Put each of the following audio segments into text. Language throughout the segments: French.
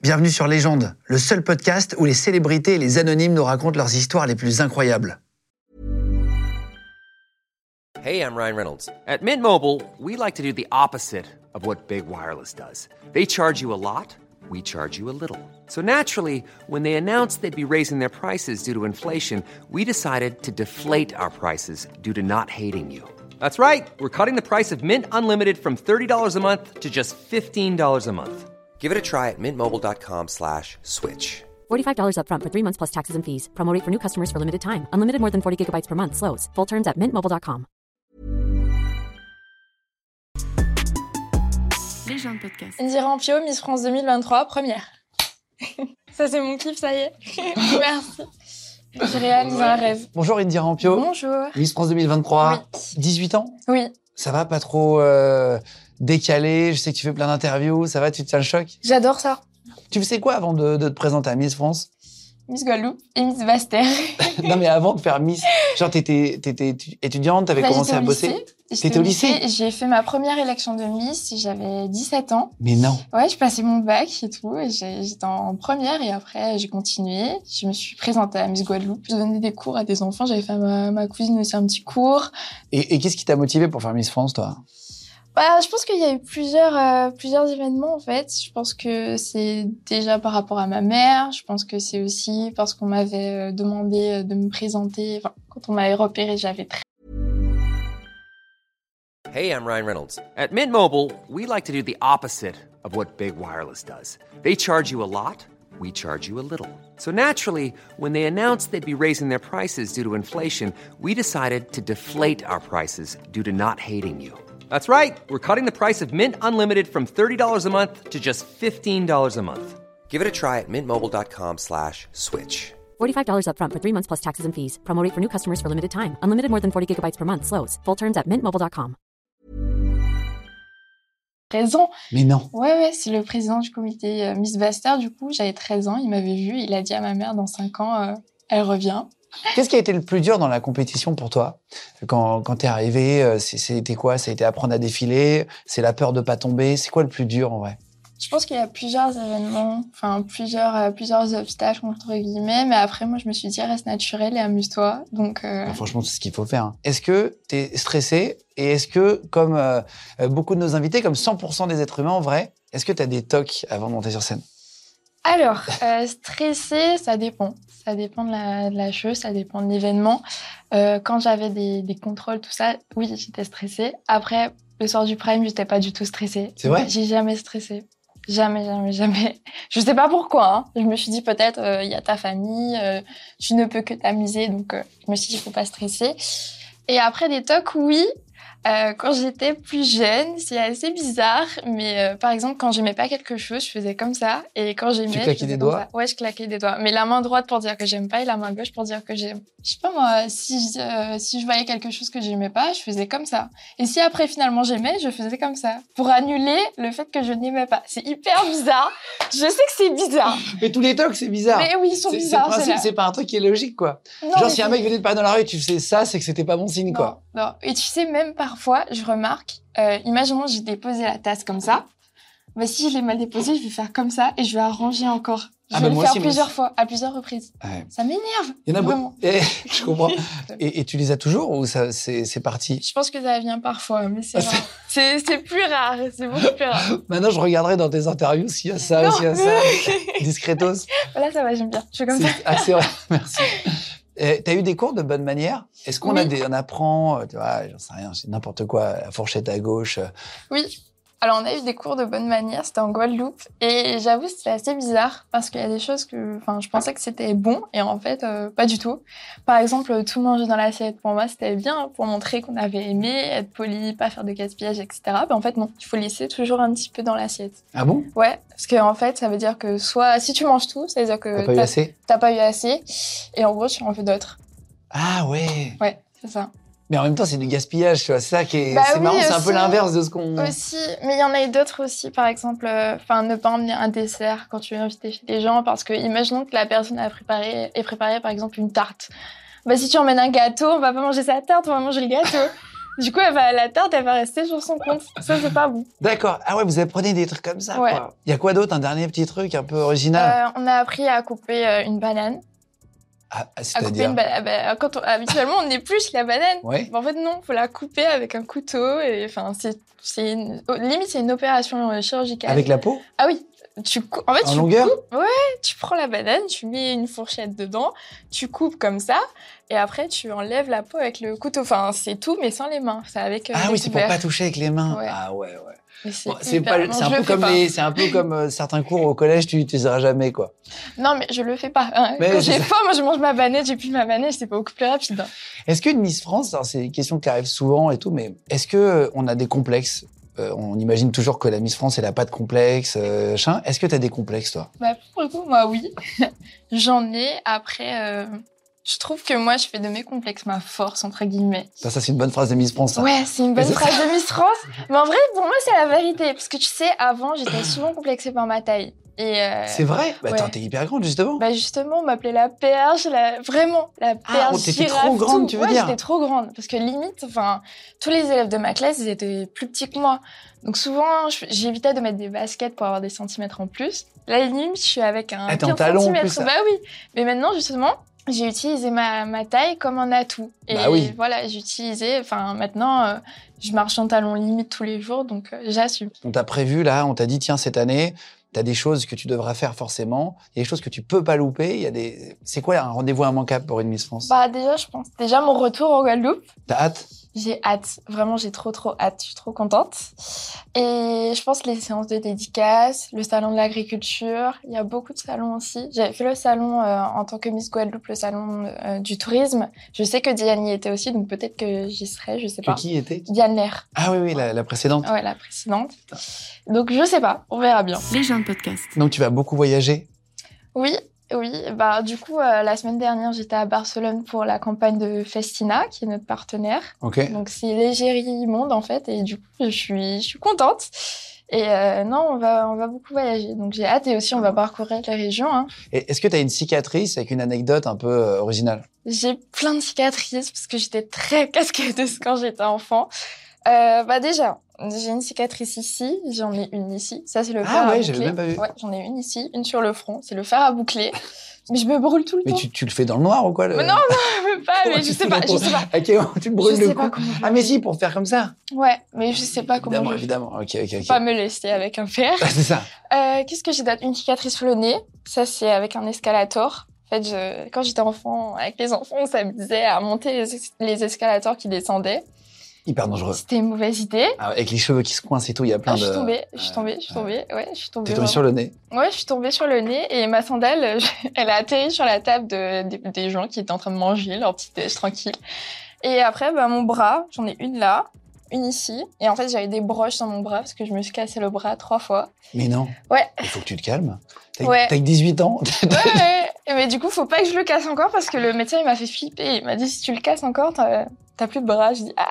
Bienvenue sur Légende, le seul podcast où les célébrités et les anonymes nous racontent leurs histoires les plus incroyables. Hey, I'm Ryan Reynolds. At Mint Mobile, we like to do the opposite of what Big Wireless does. They charge you a lot, we charge you a little. So naturally, when they announced they'd be raising their prices due to inflation, we decided to deflate our prices due to not hating you. That's right. We're cutting the price of Mint Unlimited from $30 a month to just $15 a month. Give it a try at mintmobile.com slash switch. $45 upfront for three months plus taxes and fees. Promo rate for new customers for limited time. Unlimited more than 40 gigabytes per month. Slows. Full terms at mintmobile.com. Les gens de podcast. Indira Rampio, Miss France 2023, première. ça, c'est mon clip, ça y est. Merci. Je réalise un rêve. Bonjour India Rampio, Bonjour. Miss France 2023, Oui. 18 ans Oui, Ça va pas trop euh, décalé Je sais que tu fais plein d'interviews, ça va, tu te tiens le choc j'adore ça. Tu faisais quoi avant de, de te présenter à Miss France Miss Guadeloupe et Miss Bastère. Non mais avant de faire Miss, genre t'étais t'étais étudiante, t'avais Bah, commencé j'étais à au bosser lycée. J'étais T'étais au lycée J'ai fait ma première élection de Miss, j'avais 17 ans. Mais non Ouais, je passais mon bac et tout, et j'ai- j'étais en première, et après, j'ai continué. Je me suis présentée à Miss Guadeloupe. Je donnais des cours à des enfants, j'avais fait à ma, ma cousine aussi un petit cours. Et, et qu'est-ce qui t'a motivé pour faire Miss France, toi Bah, je pense qu'il y a eu plusieurs, euh, plusieurs événements en fait. Je pense que c'est déjà par rapport à ma mère. Je pense que c'est aussi parce qu'on m'avait euh, demandé euh, de me présenter. Enfin, quand on m'avait repéré, j'avais très. Hey, I'm Ryan Reynolds. At Mint Mobile, we like to do the opposite of what Big Wireless does. They charge you a lot, we charge you a little. So naturally, when they announced they'd be raising their prices due to inflation, we decided to deflate our prices due to not hating you. That's right. We're cutting the price of Mint Unlimited from $30 a month to just $15 a month. Give it a try at mintmobile.com slash switch. $45 upfront for three months plus taxes and fees. Promo rate for new customers for limited time. Unlimited more than 40 gigabytes per month. Slows. Full terms at mintmobile.com. présent. Mais non Ouais, ouais, c'est le président du comité euh, Miss Bastard, du coup. J'avais 13 ans, il m'avait vu, il a dit à ma mère dans 5 ans, euh, elle revient. Qu'est-ce qui a été le plus dur dans la compétition pour toi Quand, quand t'es arrivé, euh, c'est- c'était quoi Ça a été apprendre à défiler C'est la peur de pas tomber C'est quoi le plus dur, en vrai Je pense qu'il y a plusieurs événements, enfin plusieurs, euh, plusieurs obstacles, entre guillemets, mais après, moi, je me suis dit, reste naturel et amuse-toi. Donc, euh, Bah, Franchement, c'est ce qu'il faut faire. hein. Est-ce que t'es stressé Et est-ce que, comme euh, euh, beaucoup de nos invités, comme 100% des êtres humains, en vrai, est-ce que t'as des tocs avant de monter sur scène Alors, euh, stressé, ça dépend. Ça dépend de la, de la chose, ça dépend de l'événement. Euh, quand j'avais des, des contrôles, tout ça, oui, j'étais stressée. Après, le soir du prime, j'étais pas du tout stressée. C'est vrai J'ai jamais stressé. Jamais, jamais, jamais. Je sais pas pourquoi. hein. Je me suis dit peut-être, euh, il y a ta famille, euh, tu ne peux que t'amuser. Donc, euh, je me suis dit, il faut pas stresser. Et après, des tocs, oui. Euh, quand j'étais plus jeune, c'est assez bizarre, mais euh, par exemple, quand j'aimais pas quelque chose, je faisais comme ça. Et quand j'aimais. Tu je claquais faisais des comme doigts ça. Ouais, je claquais des doigts. Mais la main droite pour dire que j'aime pas et la main gauche pour dire que j'aime. Je sais pas moi, si, euh, si je voyais quelque chose que j'aimais pas, je faisais comme ça. Et si après finalement j'aimais, je faisais comme ça. Pour annuler le fait que je n'aimais pas. C'est hyper bizarre. je sais que c'est bizarre. Mais tous les tocs, c'est bizarre Mais oui, ils sont C'est- C'est bizarres. le principe, ceux-là. c'est pas un truc qui est logique, quoi. Non, Genre, mais si un c'est- mec venait de parler dans la rue et tu faisais ça, c'est que c'était pas bon signe, quoi. Non, non. Et tu sais, même parfois, je remarque, euh, imaginons j'ai déposé la tasse comme ça. Bah, si je l'ai mal déposée, je vais faire comme ça et je vais arranger encore. Je Ah, vais bah, le moi faire aussi, moi plusieurs aussi. fois, à plusieurs reprises. Ouais. Ça m'énerve. Il y en a Vraiment. beaucoup. Eh, je comprends. Et, et tu les as toujours ou ça c'est c'est parti Je pense que ça vient parfois, mais c'est Ah, c'est- rare. C'est c'est plus rare, c'est beaucoup plus rare. Maintenant, je regarderai dans tes interviews s'il y a ça ou s'il y a ça. Discretos. Là, ça va, j'aime bien. Je suis comme ça. C'est ah, c'est vrai. Merci. Eh, T'as eu des cours de bonne manière Est-ce qu'on a Oui. des, on apprend, euh, tu vois, j'en sais rien, c'est n'importe quoi, la fourchette à gauche. euh. Oui. Alors, on a eu des cours de bonne manière, c'était en Guadeloupe. Et j'avoue, c'était assez bizarre parce qu'il y a des choses que enfin, je pensais que c'était bon et en fait, euh, pas du tout. Par exemple, euh, tout manger dans l'assiette, pour moi, c'était bien pour montrer qu'on avait aimé, être poli, pas faire de gaspillage, etc. Mais en fait, non, il faut laisser toujours un petit peu dans l'assiette. Ah bon Ouais, parce qu'en en fait, ça veut dire que soit si tu manges tout, ça veut dire T'as que pas eu Euh, t'as- assez t'as pas eu assez. Et en gros, tu en veux d'autres. Ah ouais. Ouais, c'est ça. Mais en même temps, c'est du gaspillage, tu vois. C'est ça qui est, Bah c'est oui, marrant, c'est un peu aussi. l'inverse de ce qu'on. Aussi, mais il y en a eu d'autres aussi, par exemple, euh, enfin ne pas emmener un dessert quand tu es invité chez des gens, parce que imaginons que la personne a préparé, ait préparé par exemple une tarte. Bah si tu emmènes un gâteau, on va pas manger sa tarte, on va manger le gâteau. Du coup, elle va à la tarte, elle va rester sur son compte. Ça, c'est pas bon. D'accord. Ah ouais, vous apprenez des trucs comme ça. Ouais. quoi. Il y a quoi d'autre Un dernier petit truc un peu original Euh, on a appris à couper euh, une banane. Ah, ah, À couper C'est-à-dire une banane. bah, quand on- habituellement, on épluche la banane. Ouais. Bah, En fait, non, faut la couper avec un couteau. Et enfin, c'est, c'est une- oh, limite, c'est une opération euh, chirurgicale. Avec la peau Ah oui. Tu cou- En fait, En Ah, tu longueur coupes. euh, Ouais. Tu prends la banane, tu mets une fourchette dedans, tu coupes comme ça, et après, tu enlèves la peau avec le couteau. Enfin, c'est tout, mais sans les mains. C'est avec. euh, Ah des oui, c'est pour couverts. pas toucher avec les mains. Ouais. Ah ouais, ouais. Mais c'est Bon, c'est hyper- pas le- non, c'est je un le peu fais comme pas. les- c'est un peu comme euh, certains cours au collège, tu n'utiliseras jamais quoi. Non, mais je le fais pas. hein. Mais Quand c'est j'ai ça. faim, moi, je mange ma banane, j'ai plus ma banane, c'est beaucoup plus rapide. hein. Est-ce qu'une Miss France, alors, c'est une question qui arrive souvent et tout, mais est-ce que euh, on a des complexes Euh, On imagine toujours que la Miss France, elle a pas de complexe, euh, chin. Est-ce que tu as des complexes toi Bah, pour le coup, moi, oui. J'en ai. Après, euh, je trouve que moi, je fais de mes complexes ma force, entre guillemets. Ça, ça, c'est une bonne phrase de Miss France. ça. Ouais, c'est une bonne Mais c'est phrase de Miss France. Mais en vrai, pour moi, c'est la vérité. Parce que tu sais, avant, j'étais souvent complexée par ma taille. Et euh, C'est vrai Bah attends, Ouais. t'es hyper grande justement. bah justement, on m'appelait la perche, la... vraiment, la perche Ah, on t'était girafe, trop grande, tout. tu veux Ouais, dire j'étais trop grande. Parce que limite, enfin, tous les élèves de ma classe, ils étaient plus petits que moi. Donc souvent, je- j'évitais de mettre des baskets pour avoir des centimètres en plus. Là, limite, je suis avec un Ah, t'es en 15 talon en centimètres. plus, là. bah oui. Mais maintenant, justement, j'ai utilisé ma, ma taille comme un atout. Et Bah oui. voilà, j'ai utilisé, enfin, maintenant, euh, je marche en talon limite tous les jours, donc euh, j'assume. On t'a prévu là, on t'a dit tiens cette année, t'as des choses que tu devras faire forcément, il y a des choses que tu peux pas louper. Il y a des. C'est quoi un rendez-vous immanquable pour une Miss France Bah déjà, je pense. Déjà, mon retour en Guadeloupe. T'as hâte J'ai hâte, vraiment j'ai trop trop hâte, je suis trop contente. Et je pense que les séances de dédicaces, le salon de l'agriculture, il y a beaucoup de salons aussi. J'avais fait le salon euh, en tant que Miss Guadeloupe, le salon euh, du tourisme. Je sais que Diane y était aussi, donc peut-être que j'y serai, je sais Que pas. qui était Diane Lair, Ah oui oui la, la précédente. bah. ouais, la présidente. Donc je sais pas, on verra bien. Les gens de podcast. Donc tu vas beaucoup voyager. Oui, oui. Bah, du coup, euh, la semaine dernière, j'étais à Barcelone pour la campagne de Festina, qui est notre partenaire. Ok. Donc c'est l'égérie monde en fait et du coup je suis, je suis contente. Et euh, non, on va, on va beaucoup voyager. Donc j'ai hâte et aussi on va parcourir les régions. hein. Et Est-ce que t'as une cicatrice avec une anecdote un peu euh, originale J'ai plein de cicatrices parce que j'étais très casquetteuse quand j'étais enfant. Euh, bah déjà, j'ai une cicatrice ici, j'en ai une ici. Ça c'est le Ah fer à ouais, boucler. j'avais même pas vu. Ouais, j'en ai une ici, une sur le front, c'est le fer à boucler. Mais je me brûle tout le Mais temps. tu, tu le fais dans le noir ou quoi le- Mais non, non, je veux pas, Comment mais tu je sais fais pas, dans je ton- sais pas. À quel moment tu te brûles je le sais cou pas comment. Ah mais si, pour faire comme ça. Ouais, mais je sais pas comment. évidemment, je vais évidemment. Ok, ok, ok. Pas me laisser avec un fer. Ah, c'est ça. Euh, Qu'est-ce que j'ai d'autre Une cicatrice sous le nez. Ça, c'est avec un escalator. En fait, je- quand j'étais enfant, avec les enfants, on s'amusait à monter les, ex- les escalators qui descendaient. Hyper dangereux. C'était une mauvaise idée. Ah, avec les cheveux qui se coincent et tout, il y a plein Ah, de. je suis tombée, je suis Ouais, tombée, je suis tombée. Ouais, je suis tombée. T'es tombé sur le nez. Ouais, je suis tombée sur le nez et ma sandale, je- elle a atterri sur la table de, des- des gens qui étaient en train de manger leur petit déj tranquille. Et après, bah, mon bras, j'en ai une là, une ici. Et en fait, j'avais des broches dans mon bras parce que je me suis cassé le bras trois fois. Mais non. Ouais. Il faut que tu te calmes. T'as Ouais. t'as que 18 ans. Ouais, ouais. Et Mais du coup, faut pas que je le casse encore parce que le médecin, il m'a fait flipper. Il m'a dit, si tu le casses encore, t'as t'as plus de bras. Je dis, ah,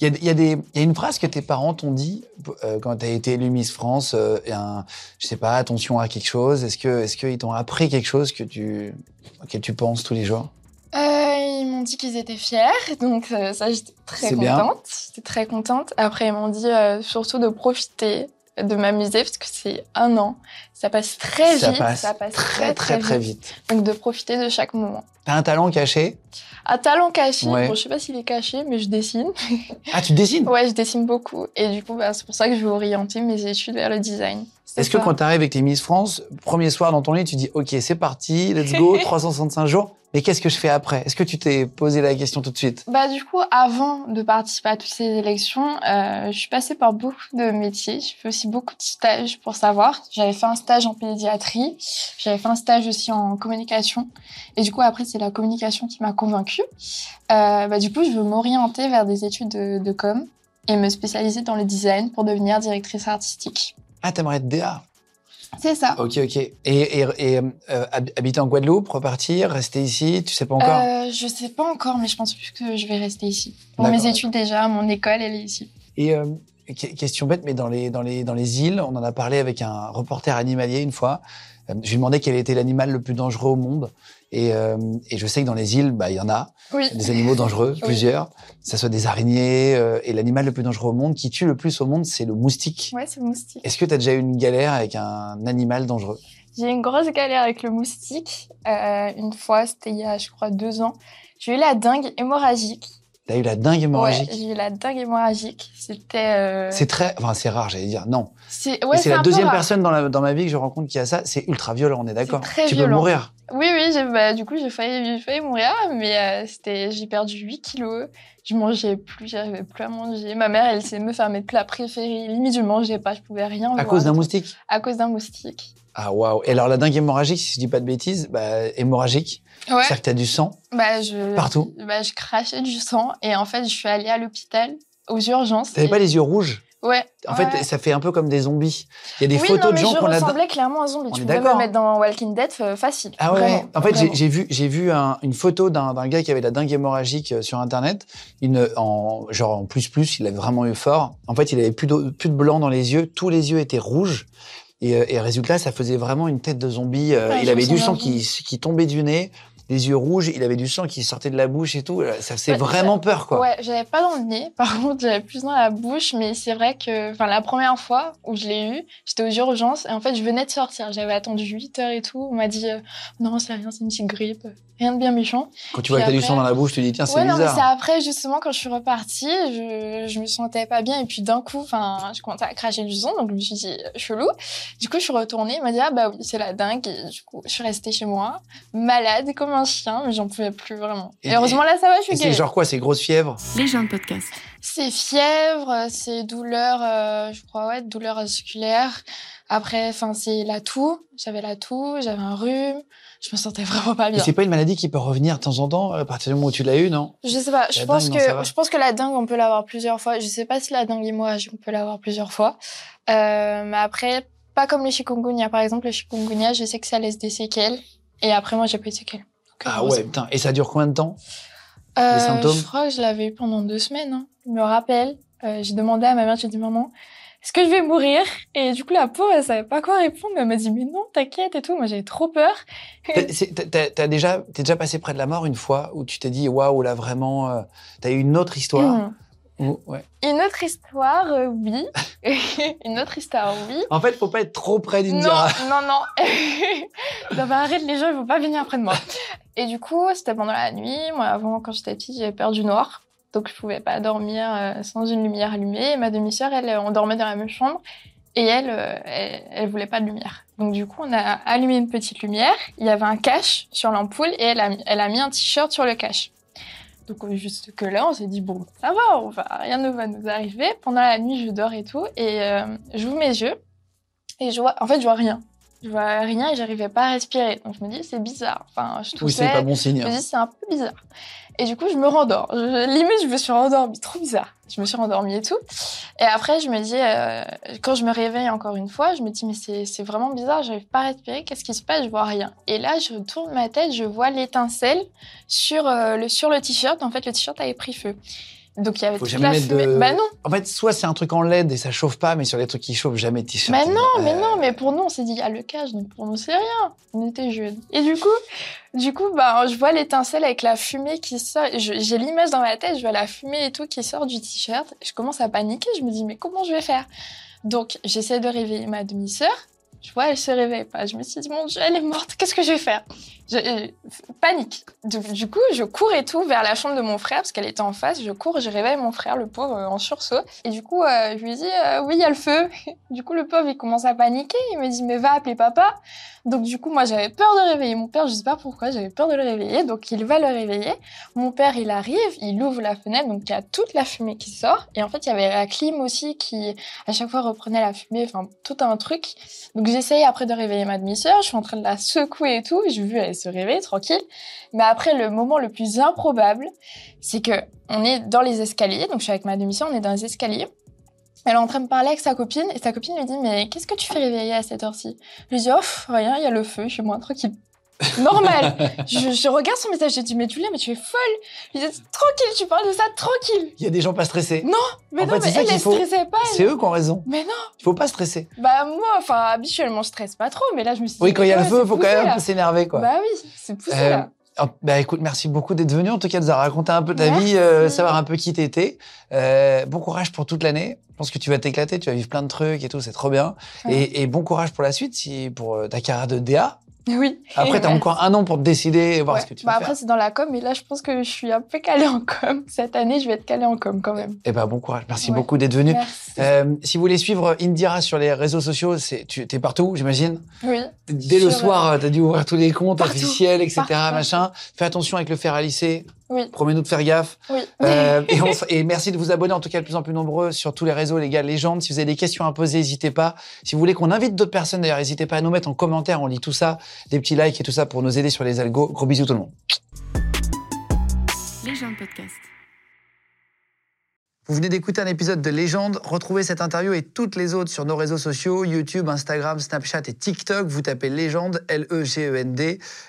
Il y a, il y a des- il y a une phrase que tes parents t'ont dit euh, quand t'as été élue Miss France. euh, et un, je sais pas, attention à quelque chose. Est-ce que, est-ce qu'ils t'ont appris quelque chose que tu, auquel tu penses tous les jours Euh, ils m'ont dit qu'ils étaient fiers, donc euh, ça j'étais très C'est bien. contente. J'étais très contente. Après ils m'ont dit euh, surtout de profiter, de m'amuser parce que c'est un an, ça passe très ça, vite, passe ça passe très, très, très vite. Donc de profiter de chaque moment. T'as un talent caché. À talent caché, Ouais. bon, je sais pas s'il est caché, mais je dessine. Ah, tu dessines. Ouais, je dessine beaucoup et du coup bah, c'est pour ça que je vais orienter mes études vers le design. C'est Est-ce que ça. quand t'arrives avec tes Miss France, premier soir dans ton lit, tu dis OK, c'est parti, let's go, 365 jours. Mais qu'est-ce que je fais après Est-ce que tu t'es posé la question tout de suite Bah du coup, avant de participer à toutes ces élections, euh, je suis passée par beaucoup de métiers. J'ai fait aussi beaucoup de stages pour savoir. J'avais fait un stage en pédiatrie, j'avais fait un stage aussi en communication. Et du coup, après, c'est la communication qui m'a convaincue. Euh, bah, du coup, je veux m'orienter vers des études de, de com et me spécialiser dans le design pour devenir directrice artistique. Ah, t'aimerais être DA. C'est ça. Ok, ok. Et, et- et, euh, hab- habiter en Guadeloupe, repartir, rester ici, tu sais pas encore Euh, je sais pas encore, mais je pense plus que je vais rester ici. Pour D'accord. mes études déjà, mon école, elle est ici. Et euh, que- question bête, mais dans les, dans, les, dans les îles, on en a parlé avec un reporter animalier une fois. Euh, je lui demandais quel était l'animal le plus dangereux au monde. Et, euh, et je sais que dans les îles, bah, il y en a Oui. des animaux dangereux, Oui. plusieurs, que ce soit des araignées. euh, et l'animal le plus dangereux au monde, qui tue le plus au monde, c'est le moustique. Ouais, c'est le moustique. Est-ce que tu as déjà eu une galère avec un animal dangereux J'ai eu une grosse galère avec le moustique. Euh, une fois, c'était il y a, je crois, deux ans. J'ai eu la dingue hémorragique. T'as eu la dingue hémorragique Ouais, j'ai eu la dingue hémorragique. C'était. euh, C'est très, enfin c'est rare, j'allais dire non. C'est Mais ouais, c'est un la peu deuxième rare. personne dans, la- dans ma vie que je rencontre qui a ça. C'est ultra violent, on est d'accord. très Tu peux violent. mourir. Oui, oui, j'ai- bah, du coup, j'ai failli, j'ai failli mourir, mais euh, c'était, j'ai perdu 8 kilos. Je mangeais plus, j'arrivais plus à manger. Ma mère, elle essayait de me faire mes plats préférés. Limite, je mangeais pas, je pouvais rien À voir. cause d'un moustique À cause d'un moustique. Ah waouh Et alors la dingue hémorragique, si je dis pas de bêtises, bah, hémorragique, Ouais, c'est-à-dire que t'as du sang bah, je, partout. bah, je crachais du sang et en fait, je suis allée à l'hôpital aux urgences. T'avais et- pas les yeux rouges Ouais. En ouais, fait, ouais. ça fait un peu comme des zombies. Il y a des oui, photos non, de mais gens je qui ont la dingue. ressemblais clairement à un zombie. On tu est pouvais me d'accord, hein. mettre dans Walking Dead euh, facile. Ah ouais. Vraiment, en fait, j'ai- vraiment. j'ai vu, j'ai vu un- une photo d'un d'un gars qui avait la dingue hémorragique euh, sur Internet. Une, en, genre en plus plus, il avait vraiment eu fort. En fait, il avait plus de, plus de blanc dans les yeux. Tous les yeux étaient rouges. Et, euh, et résultat, ça faisait vraiment une tête de zombie. euh, Ouais, il je avait me du sang souviens qui, qui tombait du nez, les yeux rouges. Il avait du sang qui sortait de la bouche et tout. Ça faisait Ouais, vraiment peur, quoi. Ouais, j'avais pas dans le nez, par contre, j'avais plus dans la bouche, mais c'est vrai que enfin, la première fois où je l'ai eu, j'étais aux urgences et en fait, je venais de sortir. J'avais attendu 8 heures et tout. On m'a dit euh, non, c'est rien, c'est une petite grippe, rien de bien méchant. Quand tu vois que t'as Puis du après- sang dans la bouche, tu te dis tiens, Ah, c'est ouais, non, mais bizarre. c'est après, justement, quand je suis repartie, je, je me sentais pas bien et puis d'un coup, enfin, je commençais à cracher du sang, donc je me suis dit euh, chelou. Du coup, je suis retournée, il m'a dit ah bah oui, c'est la dingue. Et du coup, je suis restée chez moi, malade comme un chien, mais j'en pouvais plus vraiment. Et- Et, heureusement, là, ça va, je suis Et c'est guérie. genre quoi C'est grosse fièvre Les gens de podcast. C'est fièvre, c'est douleur, euh, je crois, ouais, douleur musculaire. Après, enfin, c'est la toux. J'avais la toux, j'avais un rhume. Je me sentais vraiment pas Et bien. c'est pas une maladie qui peut revenir de temps en temps euh, à partir du moment où tu l'as eu, non Je sais pas, La je pense, dingue, non, ça va. que, je pense que la dingue, on peut l'avoir plusieurs fois. Je sais pas si la dingue et moi, on peut l'avoir plusieurs fois. Euh, mais après, pas comme le chikungunya. Par exemple, le chikungunya, je sais que ça laisse des séquelles. Et après, moi, j'ai pas eu de séquelles. Donc, Ah heureusement. ouais, putain. Et ça dure combien de temps Euh, symptômes Je crois que je l'avais eu pendant deux semaines. hein. Je me rappelle, euh, j'ai demandé à ma mère, j'ai dit maman, est-ce que je vais mourir Et du coup la pauvre, elle savait pas quoi répondre. Elle m'a dit mais non, t'inquiète et tout. Moi j'avais trop peur. T'as- c'est- t'as- T'as t'as déjà, t'es déjà passé près de la mort une fois où tu t'es dit waouh là vraiment, euh, t'as eu une autre histoire. Hum. Où- ouais. Une autre histoire, euh, oui. Une autre histoire, oui. En fait, faut pas être trop près Non, d'Indira. non, non. non, bah, arrête les gens, ils vont pas venir après de moi. Et du coup, c'était pendant la nuit. Moi, avant, quand j'étais petite, j'avais peur du noir. Donc, je pouvais pas dormir euh, sans une lumière allumée. Et ma demi-sœur, elle, euh, on dormait dans la même chambre. Et elle, euh, elle, elle voulait pas de lumière. Donc, du coup, on a allumé une petite lumière. Il y avait un cache sur l'ampoule et elle a, mis- elle a mis un t-shirt sur le cache. Donc, euh, juste que là, on s'est dit, bon, ça va, on va, rien ne va nous arriver. Pendant la nuit, je dors et tout. Et euh, j'ouvre mes yeux. Et je vois, en fait, je vois rien. Je vois rien et j'arrivais pas à respirer. Donc je me dis, c'est bizarre. Enfin, je toussais. Oui, c'est pas bon signe. hein. Je me dis, c'est un peu bizarre. Et du coup, je me rendors. Je- limite, je me suis rendormie. Trop bizarre. Je me suis rendormie et tout. Et après, je me dis, euh, quand je me réveille encore une fois, je me dis, mais c'est c'est vraiment bizarre. J'arrive pas à respirer. Qu'est-ce qui se passe Je vois rien. Et là, je tourne ma tête. Je vois l'étincelle sur, euh, le, sur le t-shirt. En fait, le t-shirt avait pris feu. Donc il y avait Faut toute jamais la mettre fumée. de- Bah non, En fait, soit c'est un truc en LED et ça chauffe pas, mais sur les trucs qui chauffent jamais de t-shirt. Mais non, mais Euh, non, mais pour nous, on s'est dit, il y a le cash, donc pour nous, c'est rien. On était jeunes. Et du coup, du coup, bah, je vois l'étincelle avec la fumée qui sort. Je- J'ai l'image dans ma tête, je vois la fumée et tout qui sort du t-shirt. Je commence à paniquer, je me dis, mais comment je vais faire Donc, j'essaie de réveiller ma demi-sœur. Je vois, elle se réveille pas. Je me suis dit, mon Dieu, elle est morte, qu'est-ce que je vais faire Je- euh, Panique. Du, du coup, je cours et tout vers la chambre de mon frère, parce qu'elle était en face. Je cours, je réveille mon frère, le pauvre, euh, en sursaut. Et du coup, euh, je lui dis, euh, oui, il y a le feu. Du coup, le pauvre, il commence à paniquer. Il me dit, mais va appeler papa. Donc, du coup, moi, j'avais peur de réveiller mon père. Je sais pas pourquoi, j'avais peur de le réveiller. Donc, il va le réveiller. Mon père, il arrive, il ouvre la fenêtre. Donc, il y a toute la fumée qui sort. Et en fait, il y avait la clim aussi qui, à chaque fois, reprenait la fumée. Enfin, tout un truc. Donc, j'essaye après de réveiller ma demi-sœur. Je suis en train de la secouer et tout. J'ai vu, elle se réveiller tranquille. Mais après, le moment le plus improbable, c'est que on est dans les escaliers. Donc, je suis avec ma demi-sœur, on est dans les escaliers. Elle est en train de parler avec sa copine et sa copine lui dit mais qu'est-ce que tu fais réveiller à cette heure-ci Je lui dis oh pff, rien, il y a le feu, je suis moins tranquille. normal. je, je regarde son message, je dis, mais Julia, mais tu es folle. Je dis, tranquille, tu parles de ça, tranquille. Il y a des gens pas stressés. Non, mais En non, fait, c'est mais ça elle, qu'il elle faut. stressait pas. elle. C'est eux qui ont raison. Mais non, Il faut pas stresser. bah moi, enfin, habituellement, je stresse pas trop, mais là, je me suis dit. Oui, quand il y a mais le ouais, feu, c'est faut quand poussé, même là. pas s'énerver, quoi. Bah oui, c'est poussé Euh, là. Ah, Bah écoute, merci beaucoup d'être venu en tout cas, de nous avoir raconté un peu ta vie, Merci. euh, savoir un peu qui t'étais. Euh, bon courage pour toute l'année. Je pense que tu vas t'éclater, tu vas vivre plein de trucs et tout, c'est trop bien. Ouais. Et, et bon courage pour la suite, si pour euh, ta carrière de DA. Oui. Euh, Après, t'as Ouais. encore un an pour te décider et voir Ouais. ce que tu bah, vas Après, c'est dans la com, mais là, je pense que je suis un peu calée en com. Cette année, je vais être calée en com quand même. faire. Et bah bon courage, merci Ouais. beaucoup d'être venu. Merci. Euh, si vous voulez suivre Indira sur les réseaux sociaux, c'est tu t'es partout, j'imagine. Oui. Dès le Sur, soir, euh, t'as dû ouvrir tous les comptes partout, officiels, etc. partout. Machin. Fais attention avec le fer à lisser. Oui. Promets-nous de faire gaffe. Oui. Euh, et, on s- et merci de vous abonner, en tout cas de plus en plus nombreux sur tous les réseaux, les gars, légendes. Si vous avez des questions à poser, n'hésitez pas. Si vous voulez qu'on invite d'autres personnes, d'ailleurs, n'hésitez pas à nous mettre en commentaire. On lit tout ça, des petits likes et tout ça pour nous aider sur les algos. Gros bisous tout le monde. Légende podcast. Vous venez d'écouter un épisode de Légende. Retrouvez cette interview et toutes les autres sur nos réseaux sociaux, YouTube, Instagram, Snapchat et TikTok. Vous tapez Légende, E L-E-G-E-N-D.